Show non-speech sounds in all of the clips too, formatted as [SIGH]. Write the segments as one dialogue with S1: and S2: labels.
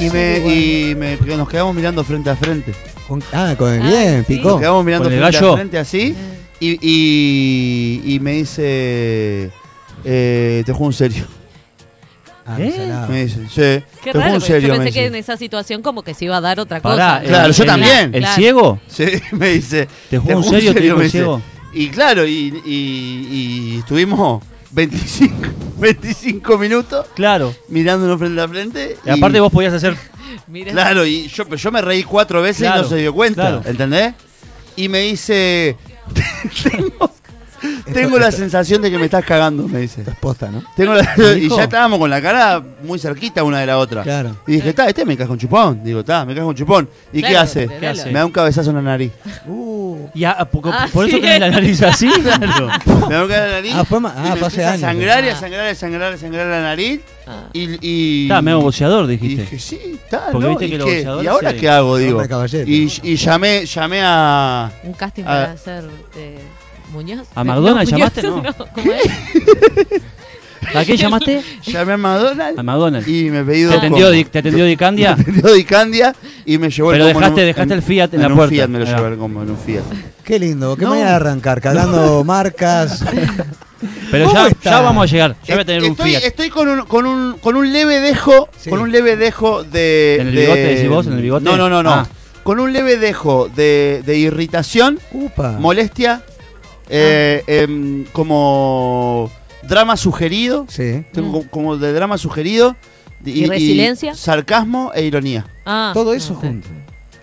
S1: y, me, y me- nos quedamos mirando frente a frente.
S2: Con- ah, con el
S3: Ay,
S2: bien,
S3: sí.
S1: Nos
S2: picó.
S1: quedamos mirando
S4: ¿Con el
S1: frente
S4: gallo?
S1: a frente así. Y, y, y me dice. eh, te juego en serio.
S2: Ah,
S4: ¿Eh?
S2: salado.
S1: Me dice, sí.
S3: Qué
S1: te
S3: raro,
S1: juego en
S3: porque yo
S1: serio.
S3: pensé
S1: me
S3: que en
S1: dice.
S3: esa situación como que se iba a dar otra
S4: Pará,
S3: cosa.
S4: el-
S1: Claro, yo
S4: el-
S1: también.
S4: ¿El
S3: Claro.
S4: ciego?
S1: [LAUGHS] Sí, me dice.
S4: ¿Te juego en
S1: juego
S4: serio? ¿Te digo
S1: me
S4: en
S1: dice.
S4: ciego?
S1: Y claro, y, y- y estuvimos [LAUGHS] 25, 25 minutos
S4: Claro.
S1: mirándonos frente a frente.
S4: Y aparte vos podías hacer.
S3: Mira.
S1: Claro, y yo, pero yo me reí cuatro veces y
S4: Claro,
S1: no se dio cuenta,
S4: claro.
S1: ¿entendés? Y me dice, [LAUGHS] tengo, tengo
S2: Esto-
S1: la
S2: esto-
S1: sensación de que me estás cagando, me dice.
S2: Tu esposa, ¿no?
S1: Tengo la-
S4: ¿Me
S1: y
S4: dijo?
S1: ya estábamos con la cara muy cerquita una de la otra.
S2: Claro.
S1: Y dije, está, este me caga un chupón. Digo, está, me caga un chupón. ¿Y qué
S3: Claro,
S1: hace?
S3: pero
S4: ¿Qué hace?
S1: Me da un cabezazo en la
S2: [LAUGHS]
S1: nariz.
S2: Uh,
S4: Y a- por, por
S3: Así
S4: eso tenés la nariz así. Claro.
S1: Me da un cabezazo en la nariz.
S2: Ah, fue ma-
S1: y
S2: ah,
S1: me
S2: fue hace
S1: empieza a
S2: años.
S1: sangrar y a
S3: Ah.
S1: sangrar y a sangrar y a sangrar la nariz.
S3: Ah.
S1: Y, y,
S4: Está medio boxeador,
S1: y
S4: dijiste.
S1: dije, sí, está,
S4: Porque
S1: ¿no?
S4: viste
S1: ¿Y,
S4: que los
S1: qué?
S4: boxeadores
S1: ¿Y ahora
S4: se-
S1: qué hago? Digo.
S2: Hombre caballero.
S1: Y, y llamé, llamé a...
S3: Un casting
S1: Ah.
S3: para hacer eh, Muñoz.
S4: ¿A Maradona
S3: Muñoz,
S4: llamaste? No.
S3: ¿cómo es?
S4: ¿A quién llamaste?
S1: Llamé a McDonald's
S4: A McDonald's.
S1: y me pedí
S4: ¿Te
S1: dos
S4: atendió,
S1: combos.
S4: Di- ¿Te atendió Dicandia?
S1: [LAUGHS] Me atendió Dicandia y me llevó
S4: Pero
S1: el combo
S4: dejaste-
S1: en un-
S4: dejaste el Fiat en la
S1: un
S4: puerta. Ah.
S1: Fiat me lo
S4: Ahí va.
S1: llevé el combo en un Fiat.
S2: qué lindo, qué
S1: No.
S2: manera de
S1: [LAUGHS]
S2: arrancar, cagando marcas.
S4: Pero
S2: ¿Cómo
S4: ya,
S2: está?
S4: ya vamos a llegar. Ya voy a
S1: Est-
S4: tener un
S1: estoy,
S4: Fiat.
S1: Estoy con un, con un, con un leve dejo,
S2: Sí.
S1: con un leve dejo de...
S4: ¿En el
S1: de-
S4: bigote decís vos? ¿En el bigote?
S1: No, no, no, no.
S4: Ah.
S1: Con un leve dejo de, de irritación,
S4: Ah.
S2: Upa.
S1: molestia, eh, em, como drama sugerido,
S2: Sí.
S1: tengo como de drama sugerido.
S3: Mm. ¿Y resiliencia?
S1: sarcasmo e ironía.
S3: Ah,
S2: Todo eso
S3: no sé.
S2: junto.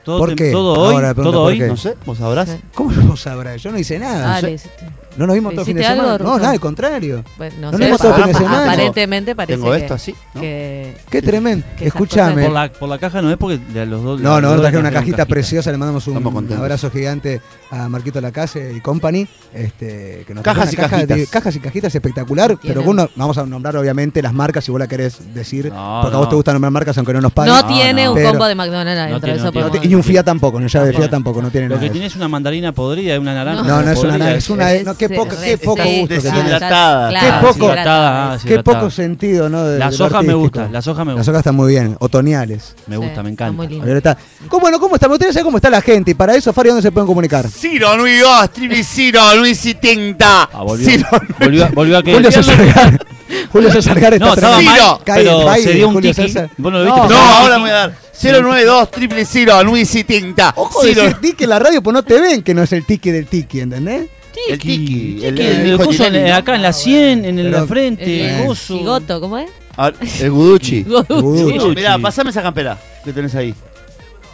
S4: Todo,
S2: ¿Por
S4: tem-
S2: qué?
S4: todo hoy.
S2: Ahora me pregunta
S4: todo
S2: por
S4: hoy.
S2: qué.
S1: No sé, vos sabrás.
S3: Sí.
S2: ¿Cómo lo sabrá? Yo no hice nada.
S3: Ah, le hiciste-
S2: No nos vimos todo el fin de
S3: ¿Hiciste
S2: semana.
S3: algo,
S2: no,
S3: Rufo?
S2: nada, al contrario.
S3: Bueno,
S2: No
S3: no,
S2: nos
S3: sé.
S2: vemos todo el fin de
S3: apa-
S2: semana.
S3: Aparentemente parece
S1: Tengo
S3: que,
S1: esto así, ¿no?
S3: que-
S2: Qué tremendo.
S3: Que esas
S2: Escúchame.
S4: Por la, por la caja no es porque de a los dos.
S2: No,
S4: a los dos
S2: no, nos
S4: le
S2: trajeron una
S4: trajeron
S2: cajita preciosa, le mandamos
S1: Estamos
S2: un
S1: contentos.
S2: abrazo gigante a Marquito Lacase y Company, este, que nos
S1: Cajas
S2: trajo
S1: y
S2: una caja
S1: cajitas.
S2: de- cajas y cajitas espectacular, pero
S3: Tienen.
S2: uno, vamos a nombrar obviamente las marcas si vos la querés decir,
S4: No,
S2: porque a vos
S4: no.
S2: te gusta nombrar marcas aunque no nos paguen.
S3: No,
S4: No,
S3: tiene
S4: Ah, no.
S3: un
S2: Pero-
S3: combo de McDonald's adentro.
S4: tiene,
S3: eso
S4: no tiene.
S2: No
S3: podemos
S2: te- y un Fiat tampoco, una llave de Fiat tampoco, no tiene
S4: Lo
S2: nada.
S4: que
S2: de eso.
S4: tiene es una mandarina podrida y una naranja.
S2: No, no es una
S4: podrida.
S2: naranja, es una.
S3: Es-
S2: no, qué poco, qué
S3: es-
S2: poco
S3: sí,
S2: gusto que
S3: sí,
S2: tiene.
S3: ya-
S1: Deshidratada.
S2: Qué poco-
S4: Deshidratada, ah,
S3: es-
S4: sí.
S2: Qué poco
S4: deshidratada.
S2: sentido, ¿no? De- de
S4: Las
S2: lo
S4: hojas me
S2: artístico.
S4: gustan, las hojas me
S2: Las
S4: gustan.
S2: hojas están muy bien, otoñales.
S4: Me
S3: Sí,
S4: gusta, me
S3: está
S4: encanta.
S3: muy lindo.
S2: Violeta. ¿Cómo, bueno, ¿cómo está? Me gustaría saber cómo está la gente y para eso, Fari, ¿dónde se pueden
S3: [LAUGHS]
S2: comunicar?
S1: Ciro Nui Ostri, Ciro Nui Sitenta.
S4: Ah, volvió. Volvió, a- volvió a que.
S2: Julio César Gar. Julio César Gar está
S4: No, estaba
S2: tremendo.
S1: mal,
S2: Cae del
S4: pero
S2: baile,
S4: se dio un
S2: Julio
S4: tiki.
S2: César.
S4: Vos no lo viste,
S1: [LAUGHS] No,
S4: pero-
S1: ahora me voy a dar. 092 triple 0 Nui Sitenta.
S2: Ojo, de decir tiki en la radio, pues no te ven que no es el tiki del
S4: [LAUGHS]
S2: tiki, ¿entendés?
S1: El tiki.
S4: El,
S1: El,
S4: el
S1: hijo
S4: coso en-
S1: Tinelli, ¿no?
S4: acá en la 100, en
S2: Pero-
S4: la frente,
S2: Eh,
S4: el
S3: El
S4: coso.
S3: Gigoto, ¿cómo es?
S1: A ver, el Guduchi.
S2: Uh,
S1: No, mirá, pasame esa campera que tenés ahí.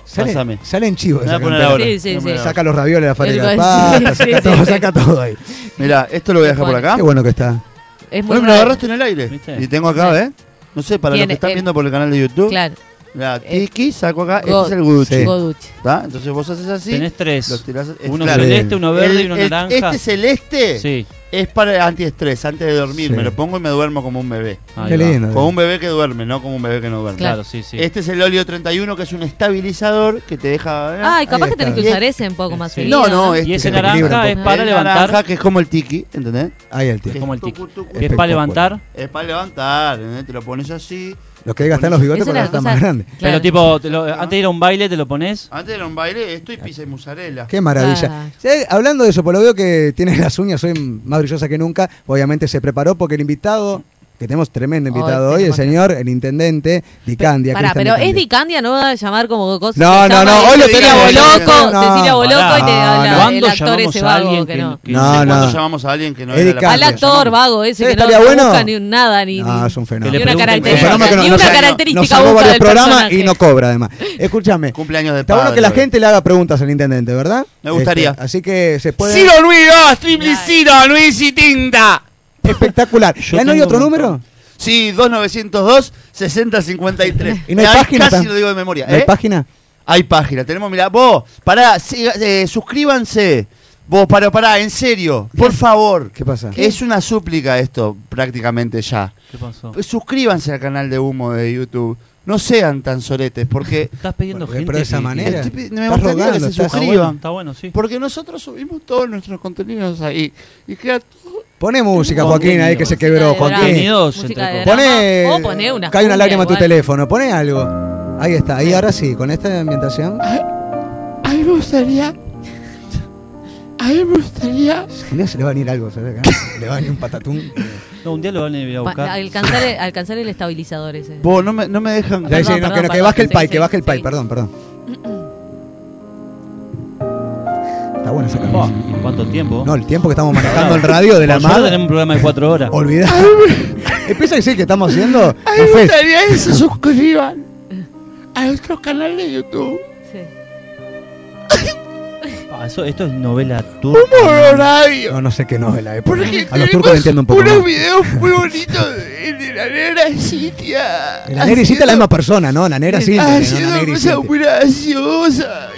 S2: sale,
S1: Pásame.
S2: salen chivos.
S1: Me voy a
S2: esa
S1: poner
S2: campera.
S1: ahora.
S3: Sí, sí,
S1: Me voy a
S3: sí.
S1: poner
S2: Saca los ravioles de la
S3: Él
S2: fábrica
S3: va
S2: de
S3: a decir-
S2: pasta,
S3: sí,
S2: saca
S3: sí,
S2: todo,
S3: sí.
S2: saca todo ahí.
S1: ahora. Mirá, esto lo voy a dejar por acá.
S4: Ah.
S2: Qué bueno que está.
S3: Es muy
S1: Bueno, me lo
S3: raro.
S1: agarraste en el aire.
S4: ¿Viste?
S1: Y tengo acá, ¿eh? No sé, para los
S3: Tiene
S1: que están
S3: el-
S1: viendo por el canal de YouTube.
S3: Claro,
S1: Mirá,
S3: Eh,
S1: tiki, saco acá. Este
S3: God-
S1: es el Guduchi.
S2: Sí.
S3: Goduch.
S1: ¿Está? Entonces vos haces así.
S4: Tenés
S1: los
S4: tres.
S1: tirás- es-
S4: Uno
S1: claro.
S4: celeste, uno verde y uno
S1: El- el-
S4: naranja.
S1: Este celeste
S4: Sí.
S1: es para antiestrés, antes de dormir.
S2: Sí.
S1: Me lo pongo y me duermo como un bebé.
S4: ahí
S2: Qué
S4: va.
S2: lindo.
S1: Como un bebé que duerme, no como un bebé que no duerme.
S4: Claro, sí, sí.
S1: Este es el óleo 31, que es un estabilizador que te deja. ¿eh?
S3: Ay, capaz
S2: Ahí
S3: que tenés
S2: está.
S3: que usar ese un poco más
S4: Sí.
S1: no,
S3: seguido.
S1: no, este
S4: Y ese
S2: que te equilibra un
S4: naranja es
S2: poco.
S4: para
S1: el
S4: levantar.
S1: naranja, que es como el tiki, ¿entendés?
S2: Ahí el
S4: que
S2: tiki.
S4: es como el
S1: tucu,
S4: tiki.
S1: tucu,
S4: Que es para
S2: Espectacular.
S4: levantar.
S1: Es para levantar, ¿entendés? Te lo pones así.
S2: Los que gastan los bigotes
S3: Esa
S2: para
S3: era
S2: que están
S3: cosa-
S2: más grandes.
S3: Claro.
S4: Pero tipo, te lo- antes de ir a un baile te lo pones.
S1: Antes era un baile, esto y pizza y mozzarella.
S2: Qué maravilla.
S3: Ah.
S2: ¿Sabés? Hablando de eso, por lo veo que tienes las uñas hoy más brillosas que nunca. Obviamente se preparó porque el invitado, que tenemos tremendo invitado
S3: Hoy
S2: hoy, el
S3: tenemos-
S2: señor, el intendente, Dicandia.
S3: Pará,
S2: Cristian
S3: pero es
S2: Dicandia.
S3: Dicandia, no va a llamar como cosa.
S2: No, no,
S3: se llama
S2: no, hoy lo
S3: Cecilia
S2: tenemos,
S3: Boloco,
S2: no, no.
S3: Cecilia Boloco Oh, y te
S2: Pará,
S3: habla
S2: no.
S3: el
S4: ¿Cuándo
S3: actor
S4: llamamos
S3: ese
S4: a alguien
S3: vago que
S4: que
S3: no.
S4: que-
S2: No,
S1: ¿Cuándo
S2: no.
S1: llamamos a alguien que no
S2: Es
S1: era
S2: de
S1: la
S2: cambio,
S3: Al
S1: cara?
S3: actor vago ese
S2: ¿Sabés?
S3: que no,
S2: Estaría
S3: no
S2: bueno.
S3: busca ni un nada, ni,
S2: No,
S3: ni-
S2: es un
S3: ni
S2: fenómeno.
S4: Que le
S3: una
S4: pregunten-
S3: característica.
S2: Un fenómeno que no-
S3: ni
S2: no
S3: una
S2: sabe-
S3: característica
S2: Nos salvó
S3: busca
S2: varios
S3: del
S2: programas
S3: personaje.
S2: y no cobra,
S3: [LAUGHS]
S2: además. Escúchame.
S1: Cumpleaños de
S2: Está bueno
S1: padre,
S2: que la
S1: hoy.
S2: gente le haga preguntas al intendente, ¿verdad?
S1: Me gustaría.
S2: Este, así que se puede.
S1: Ciro Luis, dos, triple
S3: Claro.
S1: Ciro, Luis y tinta.
S2: Espectacular.
S4: Yo
S2: ¿Ya no hay
S4: tengo
S2: otro
S4: un
S2: número?
S1: Sí, 2902 6053.
S2: Y no hay
S1: Ahí
S2: página.
S1: Casi
S2: tam-
S1: lo digo de memoria.
S2: ¿No hay
S1: ¿eh?
S2: página?
S1: Hay página, tenemos, mirá, vos, pará, siga- eh, suscríbanse. Vos, pará, pará, en serio, por favor.
S2: ¿Qué pasa?
S1: Es una súplica esto, prácticamente ya.
S4: ¿Qué pasó?
S1: Suscríbanse al canal de humo de YouTube. No sean tan soretes,
S2: [LAUGHS]
S1: porque
S4: Estás pidiendo
S2: Bueno,
S4: gente.
S2: pero de esa
S4: que-
S2: manera.
S1: Estoy pi- me
S2: Estás
S1: gustaría que se
S2: estás-
S4: Está
S1: suscriba.
S4: bueno, está bueno, sí.
S1: porque nosotros subimos todos nuestros contenidos ahí. Y queda todo-
S2: Pone música, Joaquín, ahí que se
S3: Música
S2: quebró,
S3: de drama,
S2: Joaquín.
S4: Contenidos,
S3: música
S4: entre
S3: de
S4: comillas.
S3: drama,
S2: Pone.
S3: o poné una
S2: Cae una
S3: cumbia
S2: lágrima a tu
S3: igual.
S2: teléfono, pone algo. Ahí está, y ahora sí, con esta ambientación.
S5: A mí me gustaría. A mí me gustaría.
S2: No se le va a venir algo, ¿sabes? Le va a venir un patatún.
S4: No, un día lo van a ir a
S3: Pa-
S4: buscar.
S3: Alcanzar el, alcanzar el estabilizador ese.
S1: Vos, no me, no me dejan.
S2: Ya, sí, no,
S3: perdón,
S2: que, no, que
S3: perdón,
S2: baje el
S3: sí,
S2: pay,
S3: sí,
S2: que baje el pay,
S3: sí.
S2: perdón, perdón. Está bueno esa
S4: Oh,
S2: canción.
S4: ¿Cuánto tiempo?
S2: No, el tiempo que estamos manejando el radio de la
S4: Por suerte
S2: madre.
S4: tenemos un programa de cuatro horas.
S2: Olvidá. Empieza a decir que estamos haciendo.
S5: A mí
S2: no
S5: me
S2: fue-
S5: gustaría que se suscriban a nuestro canal de YouTube.
S3: Sí.
S4: Ah, eso- esto es novela turca.
S5: Humor radio.
S2: No, no sé qué novela. eh,
S5: Porque
S2: a los turcos le entiendo un
S5: tenemos
S2: poco.
S5: unos
S2: más.
S5: videos muy bonitos de, de la negra Cintia.
S2: La negricita es la
S5: haciendo-
S2: misma persona, ¿no? La negra sí. no, la
S5: haciendo
S2: negra y
S5: cosas
S2: Cintia.
S5: muy graciosas.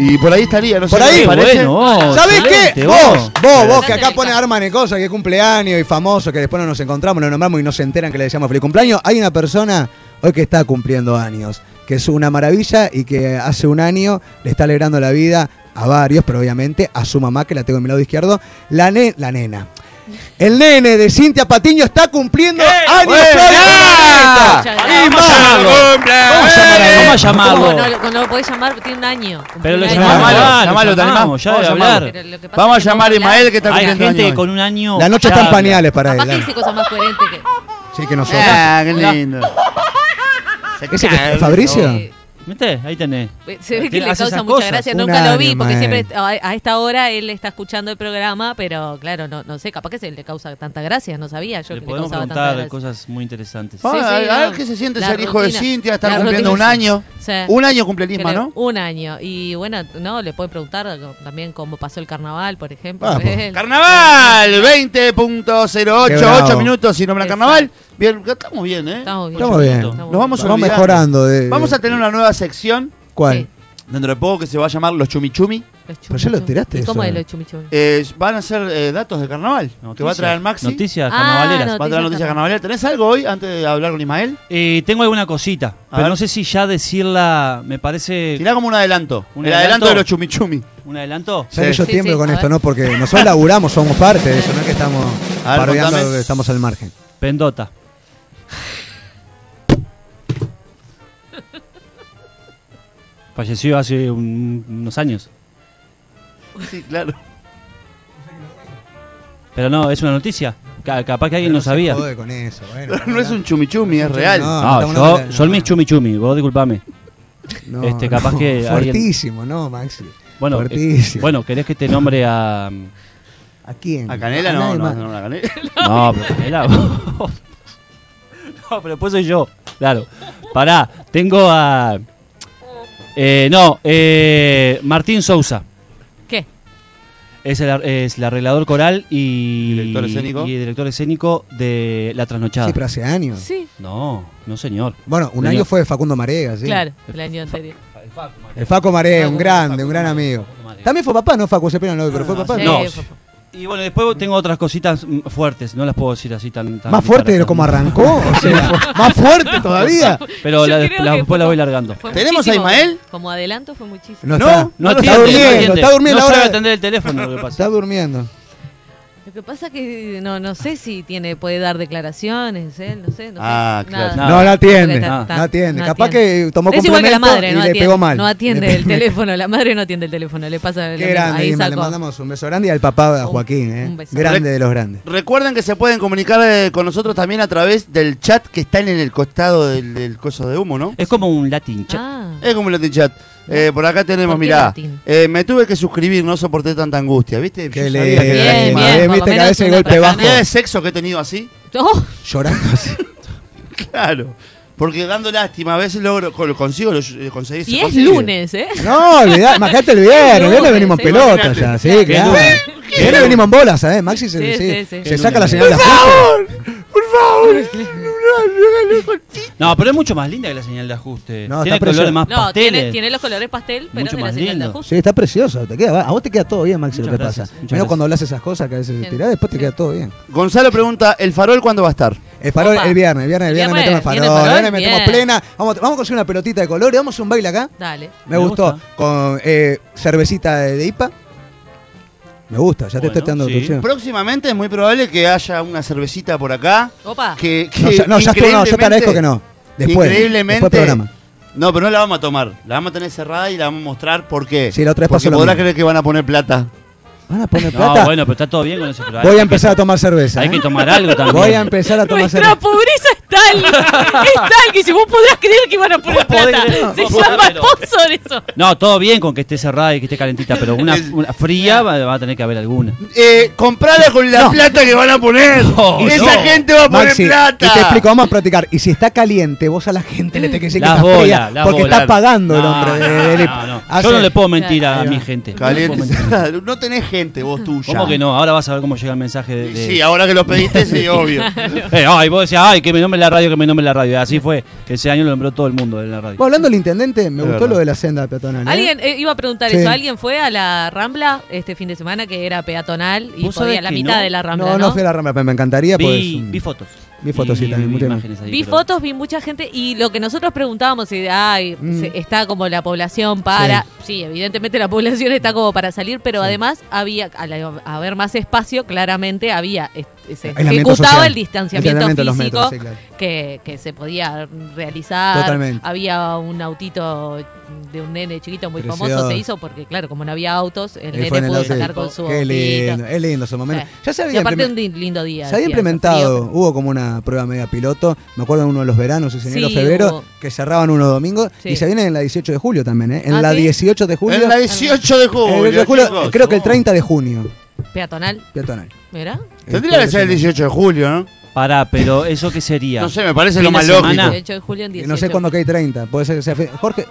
S1: Y por ahí estaría, no sé.
S2: Por
S1: ¿qué
S2: ahí,
S1: les parece?
S4: bueno.
S2: ¿Sabés
S4: excelente,
S2: qué? Vos, vos, vos que acá
S3: Excelente.
S2: pone arma de cosas, que es cumpleaños y famoso, que después no nos encontramos, lo nombramos y no se enteran que le deseamos feliz cumpleaños. Hay una persona hoy que está cumpliendo años, que es una maravilla y que hace un año le está alegrando la vida a varios, pero obviamente a su mamá, que la tengo en mi lado izquierdo, la, ne- la nena. El nene de Cintia Patiño está cumpliendo
S1: ¡Ah,
S2: años.
S1: ¡Buena!
S3: Muchas
S1: ¡Y
S3: gracias.
S1: malo!
S4: ¿Cómo llamarlo? ¿Cómo
S3: Eh, ¿Cómo?
S4: llamarlo?
S3: No, lo- cuando lo podés llamar, tiene un año.
S4: Pero lo
S3: Cumpleaños.
S4: llamamos.
S1: Llamalo,
S4: Ah, lo
S1: llamalo, te
S4: llamamos,
S1: animás.
S4: ya de
S1: Vamos a
S4: hablar.
S1: llamarlo.
S3: Pero lo que pasa
S1: Vamos a
S3: es que
S1: llamar a
S3: no habla.
S1: Ismael que está
S4: Hay
S1: cumpliendo eh.
S4: gente
S1: años
S4: con
S1: hoy.
S4: un año.
S2: La noche
S4: ya
S2: está en
S4: habla.
S2: pañales para él.
S3: Capaz que
S2: dale.
S3: dice cosas más coherentes que.
S2: Sí, que nosotros.
S1: Ah, qué lindo.
S2: [LAUGHS] ¿Ese que es Fabricio?
S3: Eh,
S4: ¿Viste? Ahí tenés.
S3: Se ve que
S4: Tiene-
S3: le
S4: hace
S3: causa
S4: esas
S3: mucha
S4: cosas.
S3: gracia,
S2: Un
S3: nunca lo vi,
S2: año,
S3: porque
S2: man.
S3: siempre a, a esta hora él está escuchando el programa, pero claro, no, no sé, capaz que se le causa tanta gracia, no sabía yo
S4: Le
S3: que le
S4: podemos
S3: causaba tanta
S4: preguntar
S3: gracia.
S4: cosas muy interesantes.
S1: Ah,
S3: Sí,
S1: a,
S3: sí,
S1: a
S3: no.
S1: ver qué se siente
S3: La
S1: ser hijo de
S3: rutina.
S1: Cintia, estar
S3: La
S1: cumpliendo un
S3: rutina.
S1: año.
S3: Sí.
S1: Un año cumple el
S3: Que
S1: Isma,
S3: le-
S1: ¿no?
S3: Un año. Y bueno, no, le puede preguntar co- también cómo pasó el carnaval, por ejemplo.
S2: Vamos.
S3: Él.
S1: Carnaval 20.088
S2: Qué bravo.
S1: minutos si nombran
S3: Exacto.
S1: carnaval. Bien, estamos bien, ¿eh?
S3: Estamos bien.
S2: Estamos bien.
S4: Nos
S1: Nos vamos,
S2: Vamos
S1: olvidando.
S2: mejorando. de-
S1: Vamos a tener una nueva sección
S2: ¿Cuál?
S3: Sí,
S1: dentro de poco que se va a llamar Los Chumichumi.
S3: los
S2: Pero ya lo
S3: chumichum.
S2: tiraste
S3: ¿Y ¿Cómo
S2: eso.
S3: es lo chumichum?
S1: Eh, van a ser eh, datos de carnaval. Te va a traer Maxi.
S4: Noticias
S3: Ah,
S4: carnavaleras.
S3: no-
S1: Va a traer
S3: Noticias
S1: noticias carnavaleras. ¿Tenés algo hoy antes de hablar con Ismael?
S4: Eh, tengo alguna cosita,
S1: A
S4: pero
S1: ver.
S4: no sé si ya decirla me parece
S1: Tirá como un adelanto.
S4: ¿Un
S1: el
S4: adelanto?
S1: adelanto de los chumichumi.
S4: un adelanto.
S2: Ya que
S1: Sí.
S2: yo
S3: Sí,
S2: tiemblo
S3: sí,
S2: con
S3: a
S2: esto,
S3: ver.
S2: ¿no? Porque nosotros laburamos, somos parte de eso, no es que estamos
S1: A ver,
S2: parodiando
S1: contame.
S2: que estamos al margen.
S4: Pendota. Falleció hace un- unos años.
S1: Sí, [LAUGHS] claro.
S4: Pero no, es una noticia. Ca- capaz que alguien
S2: No
S4: lo
S2: se
S4: sabía.
S2: jode con eso, bueno.
S1: [LAUGHS] No es un chumichumi, es real.
S2: No,
S4: No,
S2: estamos
S4: yo,
S2: hablando de-
S4: yo el mis chumi chumi, vos disculpame.
S2: No,
S4: este, capaz
S2: no,
S4: que alguien-
S2: Fuertísimo, ¿no, Maxi?
S4: Bueno, eh,
S2: Fuertísimo.
S4: bueno, ¿querés que te nombre a.
S2: ¿A quién?
S1: A Canela no,
S2: nadie
S1: no,
S2: más.
S1: no, a Canela.
S4: [LAUGHS]
S1: [LAUGHS]
S4: [LAUGHS] No, pero Canela, vos. [LAUGHS] No, pero después soy yo. Claro. Pará, tengo a. Eh, no, eh, Martín Sousa.
S3: ¿Qué?
S4: Es el, ar- es el arreglador coral y.
S1: Director escénico.
S4: Y director escénico de La Trasnochada.
S2: Sí, pero hace
S1: Ah.
S2: años.
S3: Sí,
S4: No, no señor.
S2: Bueno, un
S4: Señor.
S2: año fue Facundo Marega, sí.
S3: claro, el año anterior.
S2: El Faco Marega, un
S3: Facu,
S2: grande, un gran amigo. También fue papá, ¿no, Facu? Se pena, no, pero fue papá.
S3: Sí,
S4: no.
S3: fue-
S4: Y bueno, después tengo otras cositas mm, fuertes, no las puedo decir así tan. tan
S2: Más fuerte de lo
S4: tan-
S2: como arrancó, o sea, fue- más fuerte todavía.
S4: Pero
S3: Yo
S4: la-
S3: creo
S4: la-
S3: que
S4: después la voy largando.
S3: fue
S1: ¿Tenemos a
S3: muchísimo.
S1: Ismael?
S3: Como adelanto fue muchísimo.
S2: No,
S1: No,
S2: está,
S4: No
S2: está
S4: atiende, no
S2: durmiendo,
S4: atiende.
S2: está durmiendo
S4: No
S2: ahora.
S4: sabe atender el teléfono
S2: [LAUGHS]
S4: lo que pasa.
S2: Está durmiendo.
S3: Lo que pasa que no, no sé si tiene puede dar declaraciones, él, no sé, no sé.
S1: Ah, claro.
S3: nada.
S4: No,
S2: No, no atiende.
S3: Porque está-
S2: No,
S3: está-
S2: atiende.
S3: no
S2: Capaz
S3: atiende.
S2: que tomó
S3: es igual que la
S2: complemento
S3: madre,
S2: y
S3: no
S2: le
S3: atiende,
S2: pegó mal.
S3: no atiende
S2: Le-
S3: el teléfono, la madre no atiende el teléfono, le pasa lo
S2: Qué
S3: mismo,
S2: grande,
S3: ahí
S2: Isma, le
S3: sacó.
S2: mandamos un beso grande y al papá de
S3: Un-
S2: Joaquín, ¿eh?
S3: un beso.
S2: grande de los grandes.
S1: Recuerden que se pueden comunicar eh, con nosotros también a través del chat que está en el costado del, del coso de humo, ¿no?
S4: Es como un latin chat.
S3: Ah,
S1: Es como el Latin chat. Eh, por acá tenemos,
S3: ¿Por qué
S1: mirá.
S3: Latin?
S1: eh, me tuve que suscribir, no soporté tanta angustia, ¿viste?
S2: Qué
S1: Yo
S2: le
S1: sabía que
S3: Bien,
S1: era
S2: eh,
S3: bien,
S1: Isma.
S2: Isma,
S3: por
S2: eh,
S3: lo
S2: viste que a
S3: menos
S2: veces
S3: una
S2: golpe
S1: La
S2: bajo.
S1: cantidad de sexo que he tenido así, [LAUGHS]
S3: oh,
S2: Llorando así.
S1: claro. Porque dando lástima, a veces logro, con- consigo lo- eh, conseguir se
S3: y es
S1: consigue.
S3: lunes, ¿eh?
S2: No, olvidá, imagínate el viernes, el viernes venimos en
S3: Sí,
S2: pelota
S1: imagínate.
S2: ya, sí, claro. El viernes venimos en bolas, ¿sabes? Maxi se,
S3: Sí,
S2: sí,
S3: sí, sí.
S2: se
S4: Qué
S2: saca
S4: lindo.
S2: la señal de ajuste.
S5: Por favor, no, no, no, no,
S4: No, pero es mucho más linda que la señal de ajuste.
S2: No,
S4: tiene
S2: está
S4: colores
S2: preciosa.
S4: más
S3: No, tiene,
S4: pasteles.
S3: tiene los colores pastel, pero
S4: Mucho
S3: de la
S4: más
S3: señal de
S4: lindo.
S3: ajuste.
S2: Sí, está precioso, te queda, a vos te queda todo bien, Maxi, lo
S4: Muchas
S2: que
S4: gracias, muchas
S2: pasa. Menos
S4: gracias.
S2: cuando le haces esas cosas que a veces te
S3: Bien.
S2: tirás, después te queda todo bien.
S1: Gonzalo pregunta, ¿el farol cuándo va a estar?
S2: El farol,
S3: Opa.
S2: el viernes, el viernes, el viernes metemos
S3: Bien,
S2: el
S3: bien,
S2: farol,
S3: bien,
S2: el
S3: farol,
S2: viernes metemos
S3: bien.
S2: plena. Vamos, vamos a conseguir una pelotita de colores, vamos a hacer un baile acá.
S3: Dale.
S4: Me
S2: Me, gustó.
S4: gusta.
S2: Con eh, cervecita de, de IPA. Me gusta, ya
S4: Bueno,
S2: te estoy dando
S4: sí.
S2: tu opción.
S1: Próximamente es muy probable que haya una cervecita por acá.
S3: Opa.
S1: Que,
S2: No,
S1: que
S2: ya, no, ya estuvo, no, ya te agradezco
S1: increíblemente-
S2: que no. Después,
S1: increíblemente.
S2: después programa.
S1: No, pero no la vamos a tomar. La vamos a tener cerrada y la vamos a mostrar por qué.
S2: Sí, la otra vez
S1: Porque
S2: pasó lo
S1: podrás
S2: mismo.
S1: creer que van a poner plata.
S2: ¿Van a poner
S4: No,
S2: plata?
S4: bueno, pero está todo bien con eso. pero hay
S2: Voy
S4: que-
S2: a empezar a tomar cerveza.
S4: Hay
S2: ¿eh?
S4: que tomar algo también.
S2: Voy a empezar a tomar
S3: Nuestra
S2: cerveza.
S3: pobreza es tal, es tal que si vos podrás creer que iban a poner
S4: Vos podés
S3: plata.
S4: creer,
S3: Se
S4: vos
S3: llama
S4: podés creer.
S3: sponsor eso.
S4: No, todo bien con que esté cerrada y que esté calentita, pero una,
S1: [LAUGHS] Es-
S4: una fría va, va a tener que haber alguna.
S1: Eh, comprala con la
S2: No.
S1: plata que van a poner.
S4: No,
S1: Esa
S4: no.
S1: gente va a poner
S2: Maxi,
S1: plata.
S2: y te explico, vamos a practicar. Y si está caliente, vos a la gente le tenés que decir que
S4: Las
S2: está
S4: bolas,
S2: fría,
S4: las
S2: porque
S4: bolas.
S2: está pagando el
S4: No,
S2: hombre.
S4: no,
S2: de- de-
S4: no, no.
S2: hace-
S4: Yo no le puedo mentir a
S2: Ahí va.
S4: mi gente. No le puedo
S1: Caliente.
S4: mentir.
S1: [LAUGHS] No tenés gente vos tuya.
S4: ¿Cómo que no? Ahora vas a ver cómo llega el mensaje de.
S1: Y
S4: de-
S1: Sí, ahora que lo
S4: [LAUGHS]
S1: pediste, sí, obvio.
S4: Eh, ay, vos decías, ay, que me nombre la radio, que me nombre la radio. Y así fue. Ese año lo nombró todo el mundo en la radio.
S2: Bueno, hablando del intendente, me
S1: Es
S2: gustó
S1: verdad.
S2: lo de la senda peatonal. ¿eh?
S3: Alguien eh, iba a preguntar
S2: Sí.
S3: eso. ¿Alguien fue a la Rambla este fin de semana que era peatonal y
S4: ¿Vos sabés
S3: podía la
S4: que
S3: mitad
S4: no?
S3: de la Rambla?
S2: no, no, fui a la rama, pero me encantaría. pues,
S4: vi,
S2: un-
S4: vi fotos.
S2: vi fotos, sí,
S4: Y-
S2: también,
S4: vi
S2: muy bien.
S4: imágenes ahí,
S3: Vi
S4: pero-
S3: fotos, vi mucha gente y lo que nosotros preguntábamos, y, ay,
S2: Mm.
S3: se- está como la población para, sí. evidentemente la población está como para salir, pero además había, al haber más espacio, claramente había, es- se
S2: aislamiento
S3: ejecutaba
S2: social.
S3: el distanciamiento
S2: Aislamiento de los
S3: físico
S2: metros, sí, claro.
S3: que, que se podía realizar.
S2: Totalmente.
S3: Había un autito de un nene chiquito muy
S2: Precioso.
S3: famoso, se hizo porque, claro, como no había autos, el
S2: Él
S3: nene
S2: fue en el
S3: pudo
S2: auto y-
S3: sacar con su
S2: Qué lindo,
S3: autito.
S2: es lindo esos momentos.
S3: Sí.
S2: Ya se
S3: Y
S2: había,
S3: aparte
S2: implemen-
S3: un din- lindo día.
S2: se había
S3: decía, hacía
S2: implementado,
S3: frío.
S2: hubo como una prueba media piloto, me acuerdo en uno de los veranos, ese enero
S3: Sí,
S2: febrero,
S3: hubo.
S2: que cerraban unos domingos,
S3: Sí.
S2: y se viene en la 18 de julio también, ¿eh? En
S3: Ah,
S2: la
S3: ¿sí?
S2: 18 de julio.
S1: En la 18 de julio.
S2: el- el julio,
S1: chicos.
S2: creo que
S3: Oh.
S2: el 30 de junio,
S3: Peatonal,
S2: peatonal.
S3: ¿verdad?
S1: Tendría que ser el 18 de julio, ¿no?
S4: Pará, pero ¿eso qué sería?
S1: No sé, me parece
S4: Fin
S1: lo
S4: de
S1: más
S4: semana.
S1: lógico.
S3: 18 de julio en
S2: Eh,
S3: 18.
S2: No sé cuándo cae 30, puede ser que sea... fe- Jorge...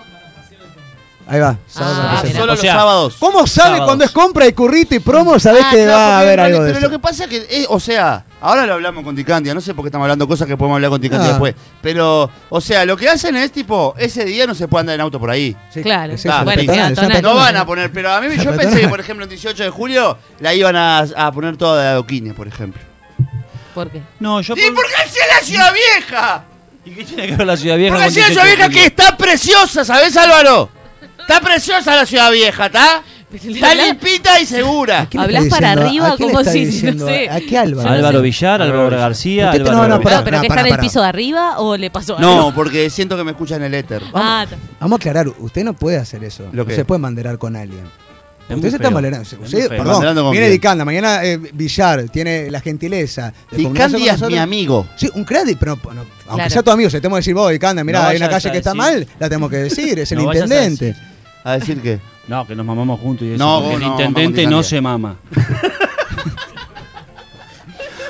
S2: Ahí va. sábado,
S3: Ah,
S2: presente.
S3: mira.
S1: Solo
S4: O sea,
S1: los sábados.
S2: ¿Cómo sabe
S4: Sábados.
S2: cuando es compra y currito y promo? Sabés
S1: Ah,
S2: que
S1: claro,
S2: va a
S1: porque
S2: haber
S1: no le-
S2: algo de
S1: Pero
S2: eso?
S1: lo que pasa es que, eh, o sea, ahora lo hablamos con Ticandia, no sé por qué estamos hablando cosas que podemos hablar con Ticandia
S2: Ah.
S1: después. Pero, o sea, lo que hacen es tipo, ese día no se puede andar en auto por ahí.
S2: Sí,
S3: Claro.
S2: es eso,
S1: Ah,
S2: es
S1: bueno,
S2: peatonal,
S3: y
S2: es una
S3: peatonal.
S1: No
S2: peatonal.
S1: van a poner, pero a mí
S4: [LAUGHS]
S1: yo
S2: Pero
S1: pensé
S2: no.
S1: que, por ejemplo, el 18 de julio la iban a, a poner toda de adoquines, por ejemplo.
S3: ¿Por qué?
S4: No, yo.
S1: ¿Y por qué si es la ciudad vieja?
S4: ¿Y qué tiene que ver la ciudad vieja?
S1: Porque
S4: con
S1: la ciudad
S4: 18 de
S1: vieja
S4: julio?
S1: que está preciosa, ¿sabes, Álvaro? Está preciosa la ciudad vieja, ¿está?
S3: Pero
S1: Está
S3: la-
S1: limpita y [LAUGHS] segura.
S2: quién le
S3: Hablas
S2: está
S3: para
S2: diciendo?
S3: arriba
S2: ¿A quién le
S3: como
S2: está
S3: si- no
S2: diciendo?
S3: sé.
S2: ¿A qué Álvaro?
S3: Yo no
S4: Álvaro
S3: sé.
S4: Villar,
S1: Álvaro
S4: Álvaro
S1: Villar.
S4: García,
S2: Usted- no,
S4: Álvaro.
S2: no,
S4: García.
S2: pará,
S3: No, pero
S2: no,
S3: que
S2: pará,
S3: está en el
S2: pará.
S3: piso de arriba o le pasó algo.
S1: No, porque siento que me escuchan el éter.
S3: Ah, ta-
S2: Vamos a aclarar, usted no puede hacer eso.
S1: ¿Lo
S2: no
S1: qué?
S2: se puede manderar con alguien.
S4: Es muy
S2: usted se está
S4: feo.
S2: malerando.
S4: Es muy
S2: Usted,
S4: feo.
S1: Manderando
S2: perdón,
S1: con
S2: viene
S1: quién.
S2: Dicanda, mañana eh, Villar tiene la gentileza. de comunicarse con
S1: Ticandia es
S2: nosotros.
S1: mi amigo.
S2: Sí, un crédito, pero no, aunque
S3: Claro.
S2: sea tu amigo, se tenemos que decir vos, Dicanda, mirá,
S4: No
S2: hay una
S4: vayas
S2: calle
S4: a
S2: que está
S4: decir.
S2: mal, la tenemos que
S4: [LAUGHS]
S2: decir, es el
S4: No vayas a
S2: intendente.
S4: decir.
S1: A decir que.
S4: No, que nos mamamos juntos y eso.
S1: No,
S4: porque
S1: vos
S4: el
S1: no,
S4: intendente
S1: mamá
S4: no
S1: con
S4: se mama.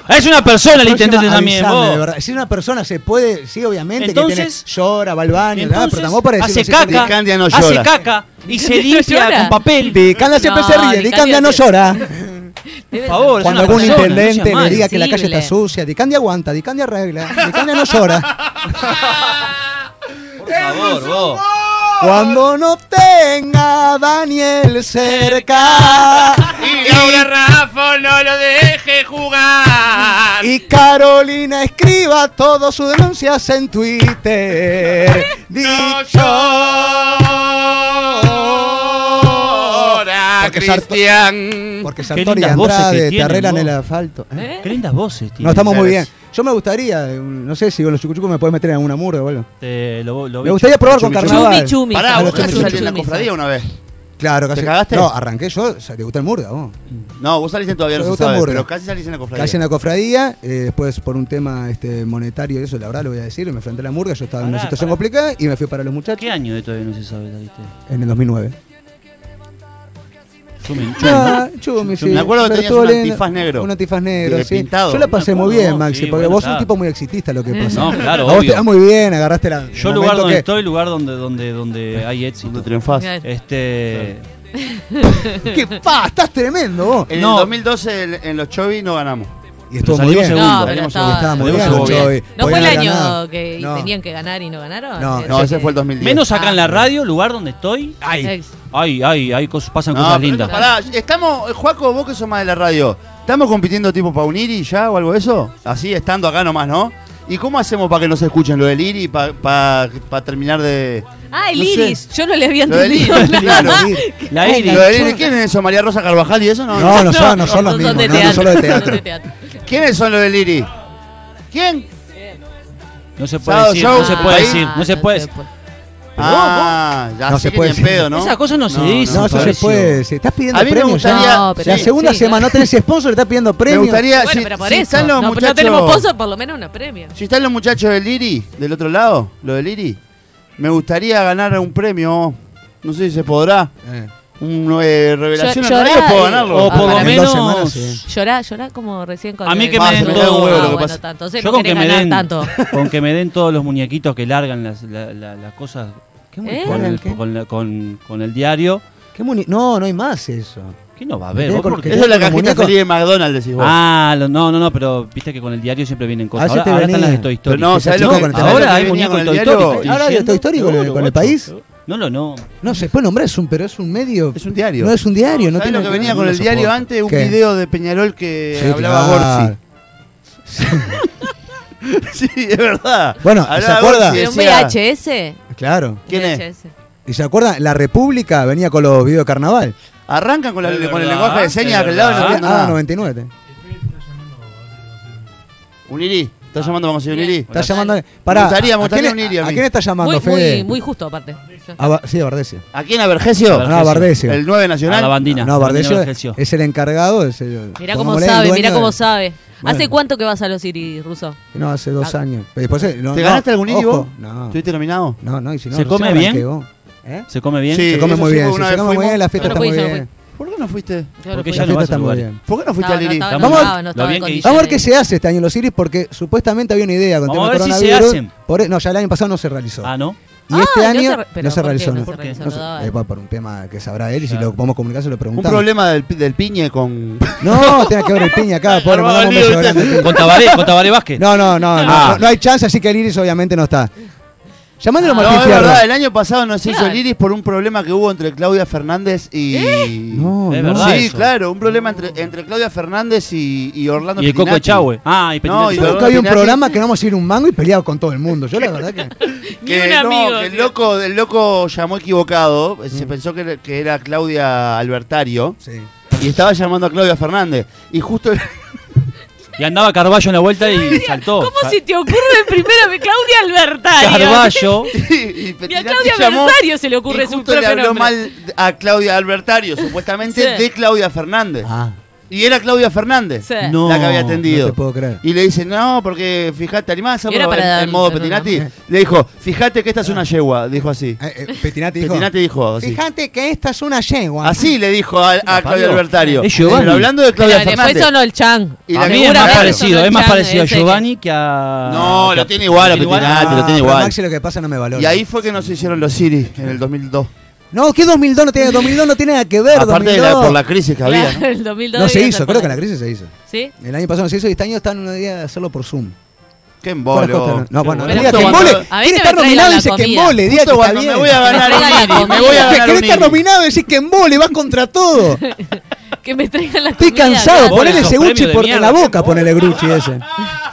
S4: es una persona el
S2: Próxima,
S4: intendente también,
S2: avisame,
S4: vos.
S2: de verdad. Si una persona se puede, sí, obviamente,
S4: Entonces-
S2: que tiene, llora, va al baño, nada,
S4: Entonces,
S2: ah, pero tampoco para decir
S4: hace caca,
S1: Ticandia no
S4: hace
S1: llora.
S4: caca y se
S3: Ticandia
S4: limpia
S3: llora.
S4: con papel.
S2: Dicanda siempre
S3: No,
S2: se ríe,
S3: Dicandia
S2: Dicanda no
S3: se-
S2: llora.
S4: [LAUGHS]
S3: debe-
S4: favor,
S2: Cuando
S4: una
S2: algún
S4: persona, no
S2: intendente
S4: sea
S2: le
S4: malo.
S2: diga que la calle
S3: Sensible.
S2: está sucia, Dicandi aguanta, Dicandi arregla, Dicandi no llora.
S4: Por favor, vos.
S2: Cuando no tenga a Daniel cerca
S1: Y ahora Rafa no lo deje jugar.
S2: y Carolina escriba todas sus denuncias en Twitter. Dicho
S1: llora,
S2: Porque es harto-
S1: Cristian.
S2: porque
S4: Qué
S2: Sartori y
S4: lindas voces que
S2: Andrade te
S4: tienen,
S2: arreglan
S4: vos.
S2: el asfalto. ¿eh?
S3: ¿Eh?
S4: Qué lindas voces, tío.
S2: No estamos muy bien.
S1: Mujeres.
S2: Yo me gustaría, eh, no sé si con los chucuchucos me puedes meter en alguna murga o algo.
S4: Te- Este, lo- lo
S2: Me
S4: bicho.
S2: gustaría probar con
S1: Chumi, chumi.
S2: carnaval.
S3: Chumi, chumi.
S1: Pará,
S2: A los
S1: vos
S2: chumi,
S1: saliste
S2: chumi.
S1: en la cofradía una vez.
S2: Claro, casi.
S1: cagaste?
S2: No, arranqué yo, o sea, debuté en murga, vos.
S1: No, vos saliste todavía, no
S2: Me
S1: se
S2: gusta
S1: sabe,
S2: Hamburgo.
S1: pero casi saliste en la cofradía.
S2: Casi en la cofradía, eh, después por un tema este, monetario y eso, la verdad lo voy a decir, me enfrenté a la murga, yo estaba en una
S4: Pará,
S2: situación
S4: pará.
S2: complicada y me fui para los
S4: ¿Qué
S2: muchachos
S4: año de todavía no se sabe, saliste?
S2: en el 2009.
S4: Chumin, chumin.
S2: Ah, chumi, sí.
S1: Me acuerdo que
S2: pero
S1: tenías
S2: estuvo
S1: un
S2: lindo.
S1: antifaz negro.
S2: Un antifaz negro,
S1: Eh,
S2: sí.
S1: pintado.
S2: Yo la pasé
S4: Me
S2: muy
S4: acuerdo,
S2: bien,
S4: no,
S2: Maxi,
S4: sí,
S2: porque
S4: bueno,
S2: vos sos un
S4: está. Mm.
S2: tipo muy exitista lo que pasa.
S4: No, claro,
S2: A vos te
S4: obvio.
S2: da muy bien, agarraste la.
S4: Yo lugar
S2: el momento
S4: donde
S2: que-
S4: estoy, lugar donde, donde, donde hay éxito.
S1: Cuando triunfás.
S3: Claro.
S4: Este.
S2: ¡Qué pa! ¡Estás tremendo vos!
S1: En
S4: No.
S1: el 2012 en, en los Chovis no ganamos.
S2: Y estuvo muy
S4: salimos
S2: bien.
S4: segundo.
S3: No, pero
S1: Salimos
S3: estaba-
S1: segundo.
S2: Estaba muy
S4: Salimos
S2: bien,
S4: segundo.
S2: Joey.
S3: ¿No fue
S2: Podían
S3: el
S2: haber
S3: año
S2: ganado.
S3: que
S2: No.
S3: tenían que ganar y no ganaron?
S2: No,
S3: Eh,
S1: No,
S3: sí,
S1: ese
S3: que-
S1: fue el 2010.
S4: Menos acá en la
S3: Ah.
S4: radio, lugar donde estoy. Ay,
S3: Ex.
S4: ay, ay, ay cosas, pasan
S1: No,
S4: cosas
S1: Ah, pero
S4: lindas.
S1: pará, estamos, eh, Juaco, vos que sos más de la radio, ¿estamos compitiendo tipo Pauniri ya o algo de eso? Así, estando acá nomás, ¿no? ¿Y cómo hacemos para que nos escuchen lo del IRI, para terminar de,
S3: Ah, el
S1: No sé.
S3: iris. Yo no le había
S1: Lo del
S3: entendido.
S1: iris,
S3: nada.
S1: claro.
S4: La Iris.
S1: Lo de- ¿Quién es eso? ¿María Rosa Carvajal y eso? No,
S2: No, no son, no son los
S3: son
S2: mismos,
S3: de
S2: no, no son los de teatro.
S3: de teatro.
S1: ¿Quiénes son los del Liri? ¿Quién?
S4: No se puede
S1: Sao
S4: decir,
S1: Show,
S4: no se puede
S1: ahí.
S4: decir, no se puede decir.
S1: Ah, ya
S2: No
S1: sé
S2: se
S1: que
S2: puede
S1: ni en
S2: decir.
S1: pedo, ¿no?
S4: Esas cosas no se dicen.
S2: No, eso se
S4: Fabricio.
S2: puede. Si estás pidiendo
S1: A mí me
S2: premios ya.
S1: gustaría.
S3: No, pero
S2: La
S1: sí,
S2: segunda
S3: sí,
S2: semana no tenés sponsor, estás pidiendo
S1: [LAUGHS] me
S2: premios.
S1: gustaría.
S3: Bueno,
S1: si,
S3: pero por
S1: si
S3: eso.
S1: están los
S3: no, pero
S1: muchachos,
S3: no tenemos pozos, por lo menos unos premios.
S1: Si están los muchachos del Liri, del otro lado, lo del Liri, me gustaría ganar un premio. No sé si se podrá.
S2: Eh.
S1: Un, eh, revelación
S3: Yo-
S1: en radio,
S3: llorá
S1: puedo
S3: y-
S1: ganarlo.
S4: O
S3: Ah,
S4: por
S3: para
S4: lo
S3: mí.
S2: En dos
S4: menos.
S2: semanas, sí.
S3: Llorá, llorá como recién con
S4: A mí que
S1: Ah,
S4: me
S1: se
S4: den
S1: me
S4: todo.
S1: cae un huevo
S3: Ah,
S1: lo que
S3: bueno,
S1: pasa.
S3: tanto. Entonces
S4: Yo
S3: no
S4: con que,
S3: querés
S4: me
S3: ganar
S4: den,
S3: tanto.
S4: [LAUGHS] con que me den todos los muñequitos que largan las, la- la- las cosas ¿qué mu-
S3: ¿Eh?
S4: con, el,
S2: ¿Qué?
S4: con la- con- con el diario.
S2: Qué muni- no, no hay más eso.
S4: ¿Qué no va a haber?
S2: Mirá,
S4: ¿Vos por
S2: porque-
S4: qué?
S1: Eso es la
S2: Los
S1: cajita
S2: muñecos-
S1: feliz de McDonald's, decís vos.
S4: Ah, lo- no, no, no, pero viste que con el diario siempre vienen cosas.
S2: Ah, ya
S4: Ahora,
S2: te
S4: ahora están
S2: venía.
S4: las de Toy Story.
S1: Pero no,
S4: Esa-
S1: ¿sabés lo
S2: No,
S1: que-
S2: con el
S1: ¿sabés
S4: ahora
S1: lo que
S4: hay
S1: venía
S4: muñecos
S1: con
S4: de
S1: el
S4: Toy
S1: diario?
S4: Story. te estoy
S2: ¿Ahora de
S4: diciendo.
S2: Toy Story con el-
S4: Seguro,
S2: con el
S4: guacho,
S2: país?
S4: seguro. No, no, no.
S2: No se puede nombrar, es un, pero es un medio.
S1: Es un diario.
S2: No es un diario, no
S1: ¿Sabés
S2: tiene
S1: lo que
S2: nada,
S1: venía
S2: no
S1: con
S2: lo
S1: el diario
S2: soporto.
S1: antes? Un
S2: ¿Qué?
S1: video de Peñarol que
S2: Sí,
S1: hablaba
S2: claro.
S1: Gorsi. [LAUGHS] Sí, es verdad.
S2: Bueno,
S1: Hablaba
S2: ¿se acuerda?
S1: Gorsi y
S3: Pero un
S1: decía,
S3: VHS.
S2: Claro.
S1: ¿Quién es?
S3: VHS.
S2: ¿Y se acuerdan? La República venía con los videos de carnaval.
S1: Arrancan con, la-
S4: Es
S1: con el
S4: verdad,
S1: lenguaje de
S4: es
S1: señas que el lado no
S4: verdad.
S1: entiendo
S2: Ah,
S1: nada.
S2: 99.
S1: Un irí. ¿Estás llamando vamos a decir un irí?
S2: Está
S4: Hola.
S2: llamando. Pará.
S1: Me gustaría, me
S2: ¿a quién-
S1: gustaría un Iria a
S2: ¿A
S1: mí.
S2: quién está llamando,
S3: Muy,
S2: Fede?
S3: muy, muy justo, aparte.
S2: A Ba- sí, a Bardesio.
S1: ¿A quién? ¿A Vergesio?
S2: No, a Bardesio.
S1: El 9 nacional.
S4: A la bandina.
S2: No, Bardesio
S4: Vergesio.
S2: es el encargado. Es el,
S3: Mirá cómo
S2: pongámosle, el
S3: sabe,
S2: dueño
S3: mirá
S2: de-
S3: cómo sabe. ¿Hace
S2: Bueno.
S3: cuánto que vas a los iris, Ruso?
S2: No, hace dos
S3: Ah.
S2: años. Pero después, eh, no,
S1: ¿Te
S2: no,
S1: ganaste algún irí
S2: ojo,
S1: vos?
S2: No,
S1: ¿Estuviste nominado?
S2: no, no. Y si no
S4: ¿Se
S2: recién
S4: come bien?
S2: arranqué vos. ¿Eh?
S4: ¿Se come bien?
S1: Sí.
S2: Se come
S1: eso
S2: muy
S1: sí,
S2: bien.
S1: porque
S2: Si
S1: una
S2: se
S1: vez
S2: come muy
S1: fuimos-
S2: bien, la fiesta
S3: Yo no
S2: está
S3: fui,
S2: muy
S3: yo no
S2: bien.
S1: ¿Por qué no fuiste?
S3: Yo
S4: Porque
S3: fui.
S4: ya no
S2: La fiesta
S4: vas a
S2: está muy
S4: lugares.
S2: bien.
S1: ¿Por qué no
S3: No,
S1: fuiste al
S3: no
S1: irí?
S3: estaba-
S2: Vamos a ver-
S3: estaba- no
S4: lo
S3: estaba en
S4: bien que hizo.
S2: Vamos a ver
S3: condiciones.
S2: qué se hace este año en los Iris porque supuestamente había una idea con
S4: Vamos
S2: tema
S4: a ver si se
S2: coronavirus.
S4: hacen.
S2: Por e- no, ya el año pasado no se realizó.
S4: Ah, ¿no?
S2: Y este
S3: Ay, no
S2: año
S3: se re- pero
S2: no se
S3: ¿por qué
S2: realizó.
S3: no
S2: ¿no?
S3: se realizó?
S2: No se-
S3: No daba.
S2: eh, por un tema que sabrá él y si
S4: Claro.
S2: lo podemos comunicar se lo
S1: Un
S2: preguntamos.
S1: problema del, pi- del piñe
S2: [LAUGHS]
S1: con...
S2: No, tiene que ver el
S1: [LAUGHS]
S2: piña acá, pobre,
S1: Armado
S2: mandamos un
S1: el lío,
S2: beso grande al Piña.
S1: [LAUGHS]
S4: Con Tabaré, con Tabaré Vázquez.
S2: No, no, no, no,
S4: Ah.
S2: no, no hay chance, así que el Iris obviamente no está. Llamándolo
S3: Ah.
S1: No,
S2: Martín
S1: es
S2: Fierro.
S1: verdad, el año pasado no se hizo
S3: Claro. ¿Eh?
S1: el iris por un problema que hubo entre Claudia Fernández y...
S2: No,
S4: Es
S2: no.
S4: verdad.
S1: Sí,
S4: eso.
S1: claro, un problema entre, entre Claudia Fernández y, y Orlando
S4: Y el Coco
S1: Petinati.
S4: Chahue. Ah, y
S1: No,
S4: Petinati.
S1: y
S2: Yo nunca
S1: Perdón,
S2: había un
S1: Pinati.
S2: programa que no vamos a ir un mango y peleado con todo el mundo. Yo la verdad que.
S3: Ni
S1: Que
S3: un
S1: no,
S3: amigo,
S1: que el
S3: tío.
S1: loco, el loco llamó equivocado,
S2: Mm.
S1: se pensó que, era- que era Claudia Albertario
S2: Sí.
S1: y estaba llamando a Claudia Fernández. Y justo [LAUGHS]
S4: Y andaba Carballo en la vuelta y saltó.
S3: ¿Cómo
S4: Sa-
S3: si te ocurre el primero de Claudia Albertario?
S4: Carballo.
S1: y, y
S3: Ni a
S1: Petinati
S3: Claudia Albertario se le ocurre
S1: y
S3: su
S1: justo le
S3: propio
S1: habló
S3: nombre.
S1: mal a Claudia Albertario, supuestamente
S3: [LAUGHS] Sí.
S1: de Claudia Fernández.
S2: Ah,
S1: Y era Claudia Fernández
S3: Sí.
S4: No,
S1: la que había
S2: no
S1: atendido.
S2: te puedo creer.
S1: y le dice, no, porque fíjate, ¿te animás a hacerlo
S3: Era
S1: en-
S3: para
S1: en,
S3: dar-
S1: modo
S3: no, no,
S1: Petinati?
S2: no.
S1: Le dijo, fíjate que esta es una yegua, dijo así.
S2: Eh, eh, Petinati dijo.
S1: Petinati dijo Ah, así.
S2: Fíjate que esta es una yegua.
S1: Así le dijo a, a Claudia
S4: parió.
S1: Albertario.
S4: Es Giovanni.
S1: Pero hablando de Claudia
S3: Pero después
S1: Fernández.
S3: sonó el Chan.
S1: Y la
S4: A mí es
S1: figura
S4: más
S1: de-
S4: parecido, es más
S3: Chan,
S4: parecido a
S3: en serio.
S4: Giovanni que a.
S1: No,
S4: que
S1: lo tiene igual a
S4: ¿lo tiene
S1: Petinati. Ah, te lo tiene
S2: pero
S1: igual.
S2: Maxi lo que pasa no me valora.
S1: Y ahí fue que nos hicieron los Siri en el 2002.
S2: No, que 2002 no tiene, 2002 no tiene nada que ver.
S1: Aparte de la-
S2: 2002.
S1: por la crisis que había,
S3: Claro,
S1: ¿no?
S3: el 2002
S2: No se
S3: debía
S2: hizo,
S3: ser
S2: creo
S3: por
S2: que la
S3: ahí.
S2: crisis se hizo.
S3: ¿Sí?
S2: El año pasado no se hizo y este año están una idea de hacerlo por Zoom.
S1: Qué
S2: Fuera
S1: embole,
S2: de costa,
S1: vos.
S2: No, No, bueno, no
S3: Pero
S2: diga que
S1: justo
S2: embole.
S1: cuando-
S3: A
S2: Quiere
S3: mí que me
S2: estar
S3: traigan
S2: nominado y
S3: la
S2: dice que
S3: comida.
S2: embole, diga que
S1: Justo
S2: está
S1: cuando me
S2: bien.
S1: voy a ganar
S3: Me
S1: un
S3: traigan la
S1: Iri, me voy a
S3: comida.
S1: ganar
S2: Querés
S1: un
S2: estar
S1: Iri.
S2: nominado y decís que embole, vas contra
S3: [LAUGHS]
S2: todo.
S3: Que me traigan la
S2: Estoy
S3: comida,
S2: cansado,
S3: claro.
S4: Pobre
S2: ponele
S4: esos
S2: ese Gucci
S4: premios de
S2: por en la
S4: mierda.
S2: boca, ponele
S3: [LAUGHS]
S2: Gucci ese.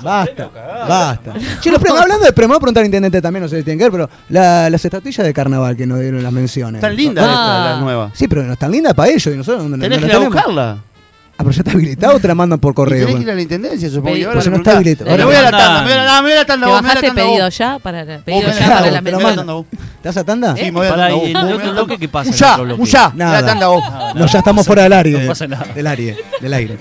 S2: Basta, basta. Che, los premios, hablando de premios, voy a preguntar al intendente también, no sé si tienen que ver, pero la- las estatuillas de carnaval que nos dieron las menciones.
S4: Eh,
S1: Están lindas
S3: Ah.
S1: estas, las nuevas.
S2: Sí, pero no están lindas para ellos y nosotros no, no,
S1: Tenés
S2: no
S1: que ir a
S2: tenemos.
S1: buscarla.
S2: Ah, pero ya está habilitado o te la mandan por
S1: Y
S2: correo.
S1: Tenés que ir a la intendencia, supongo.
S3: Pedí-
S1: y ahora
S2: Pues
S1: le
S2: no está
S1: preguntás.
S2: habilitado.
S1: Me voy a la
S4: Ahora
S1: tanda,
S4: mandan.
S1: me voy a la- me voy a la tanda
S3: ¿Te
S1: vos, me voy a la
S3: bajaste
S1: tanda vos.
S3: pedido ya para la-
S1: Vos,
S3: pedido ya para la
S2: te lo
S1: me voy a
S3: mesa?
S2: mandan.
S1: la tanda vos.
S2: ¿Te vas a tanda?
S3: ¿eh?
S1: Sí, me voy a la
S4: Pará, y
S1: tanda vos.
S4: en
S1: Me
S4: el
S1: voy a
S4: otro
S1: la tanda
S4: bloque, ¿qué
S1: vos.
S4: pasa? en
S1: Un
S4: el
S1: ya,
S4: otro bloque?
S1: un ya. Me
S2: Nada.
S1: la tanda vos.
S2: No, ya estamos fuera del aire.
S4: No pasa nada.
S2: Del aire, del aire.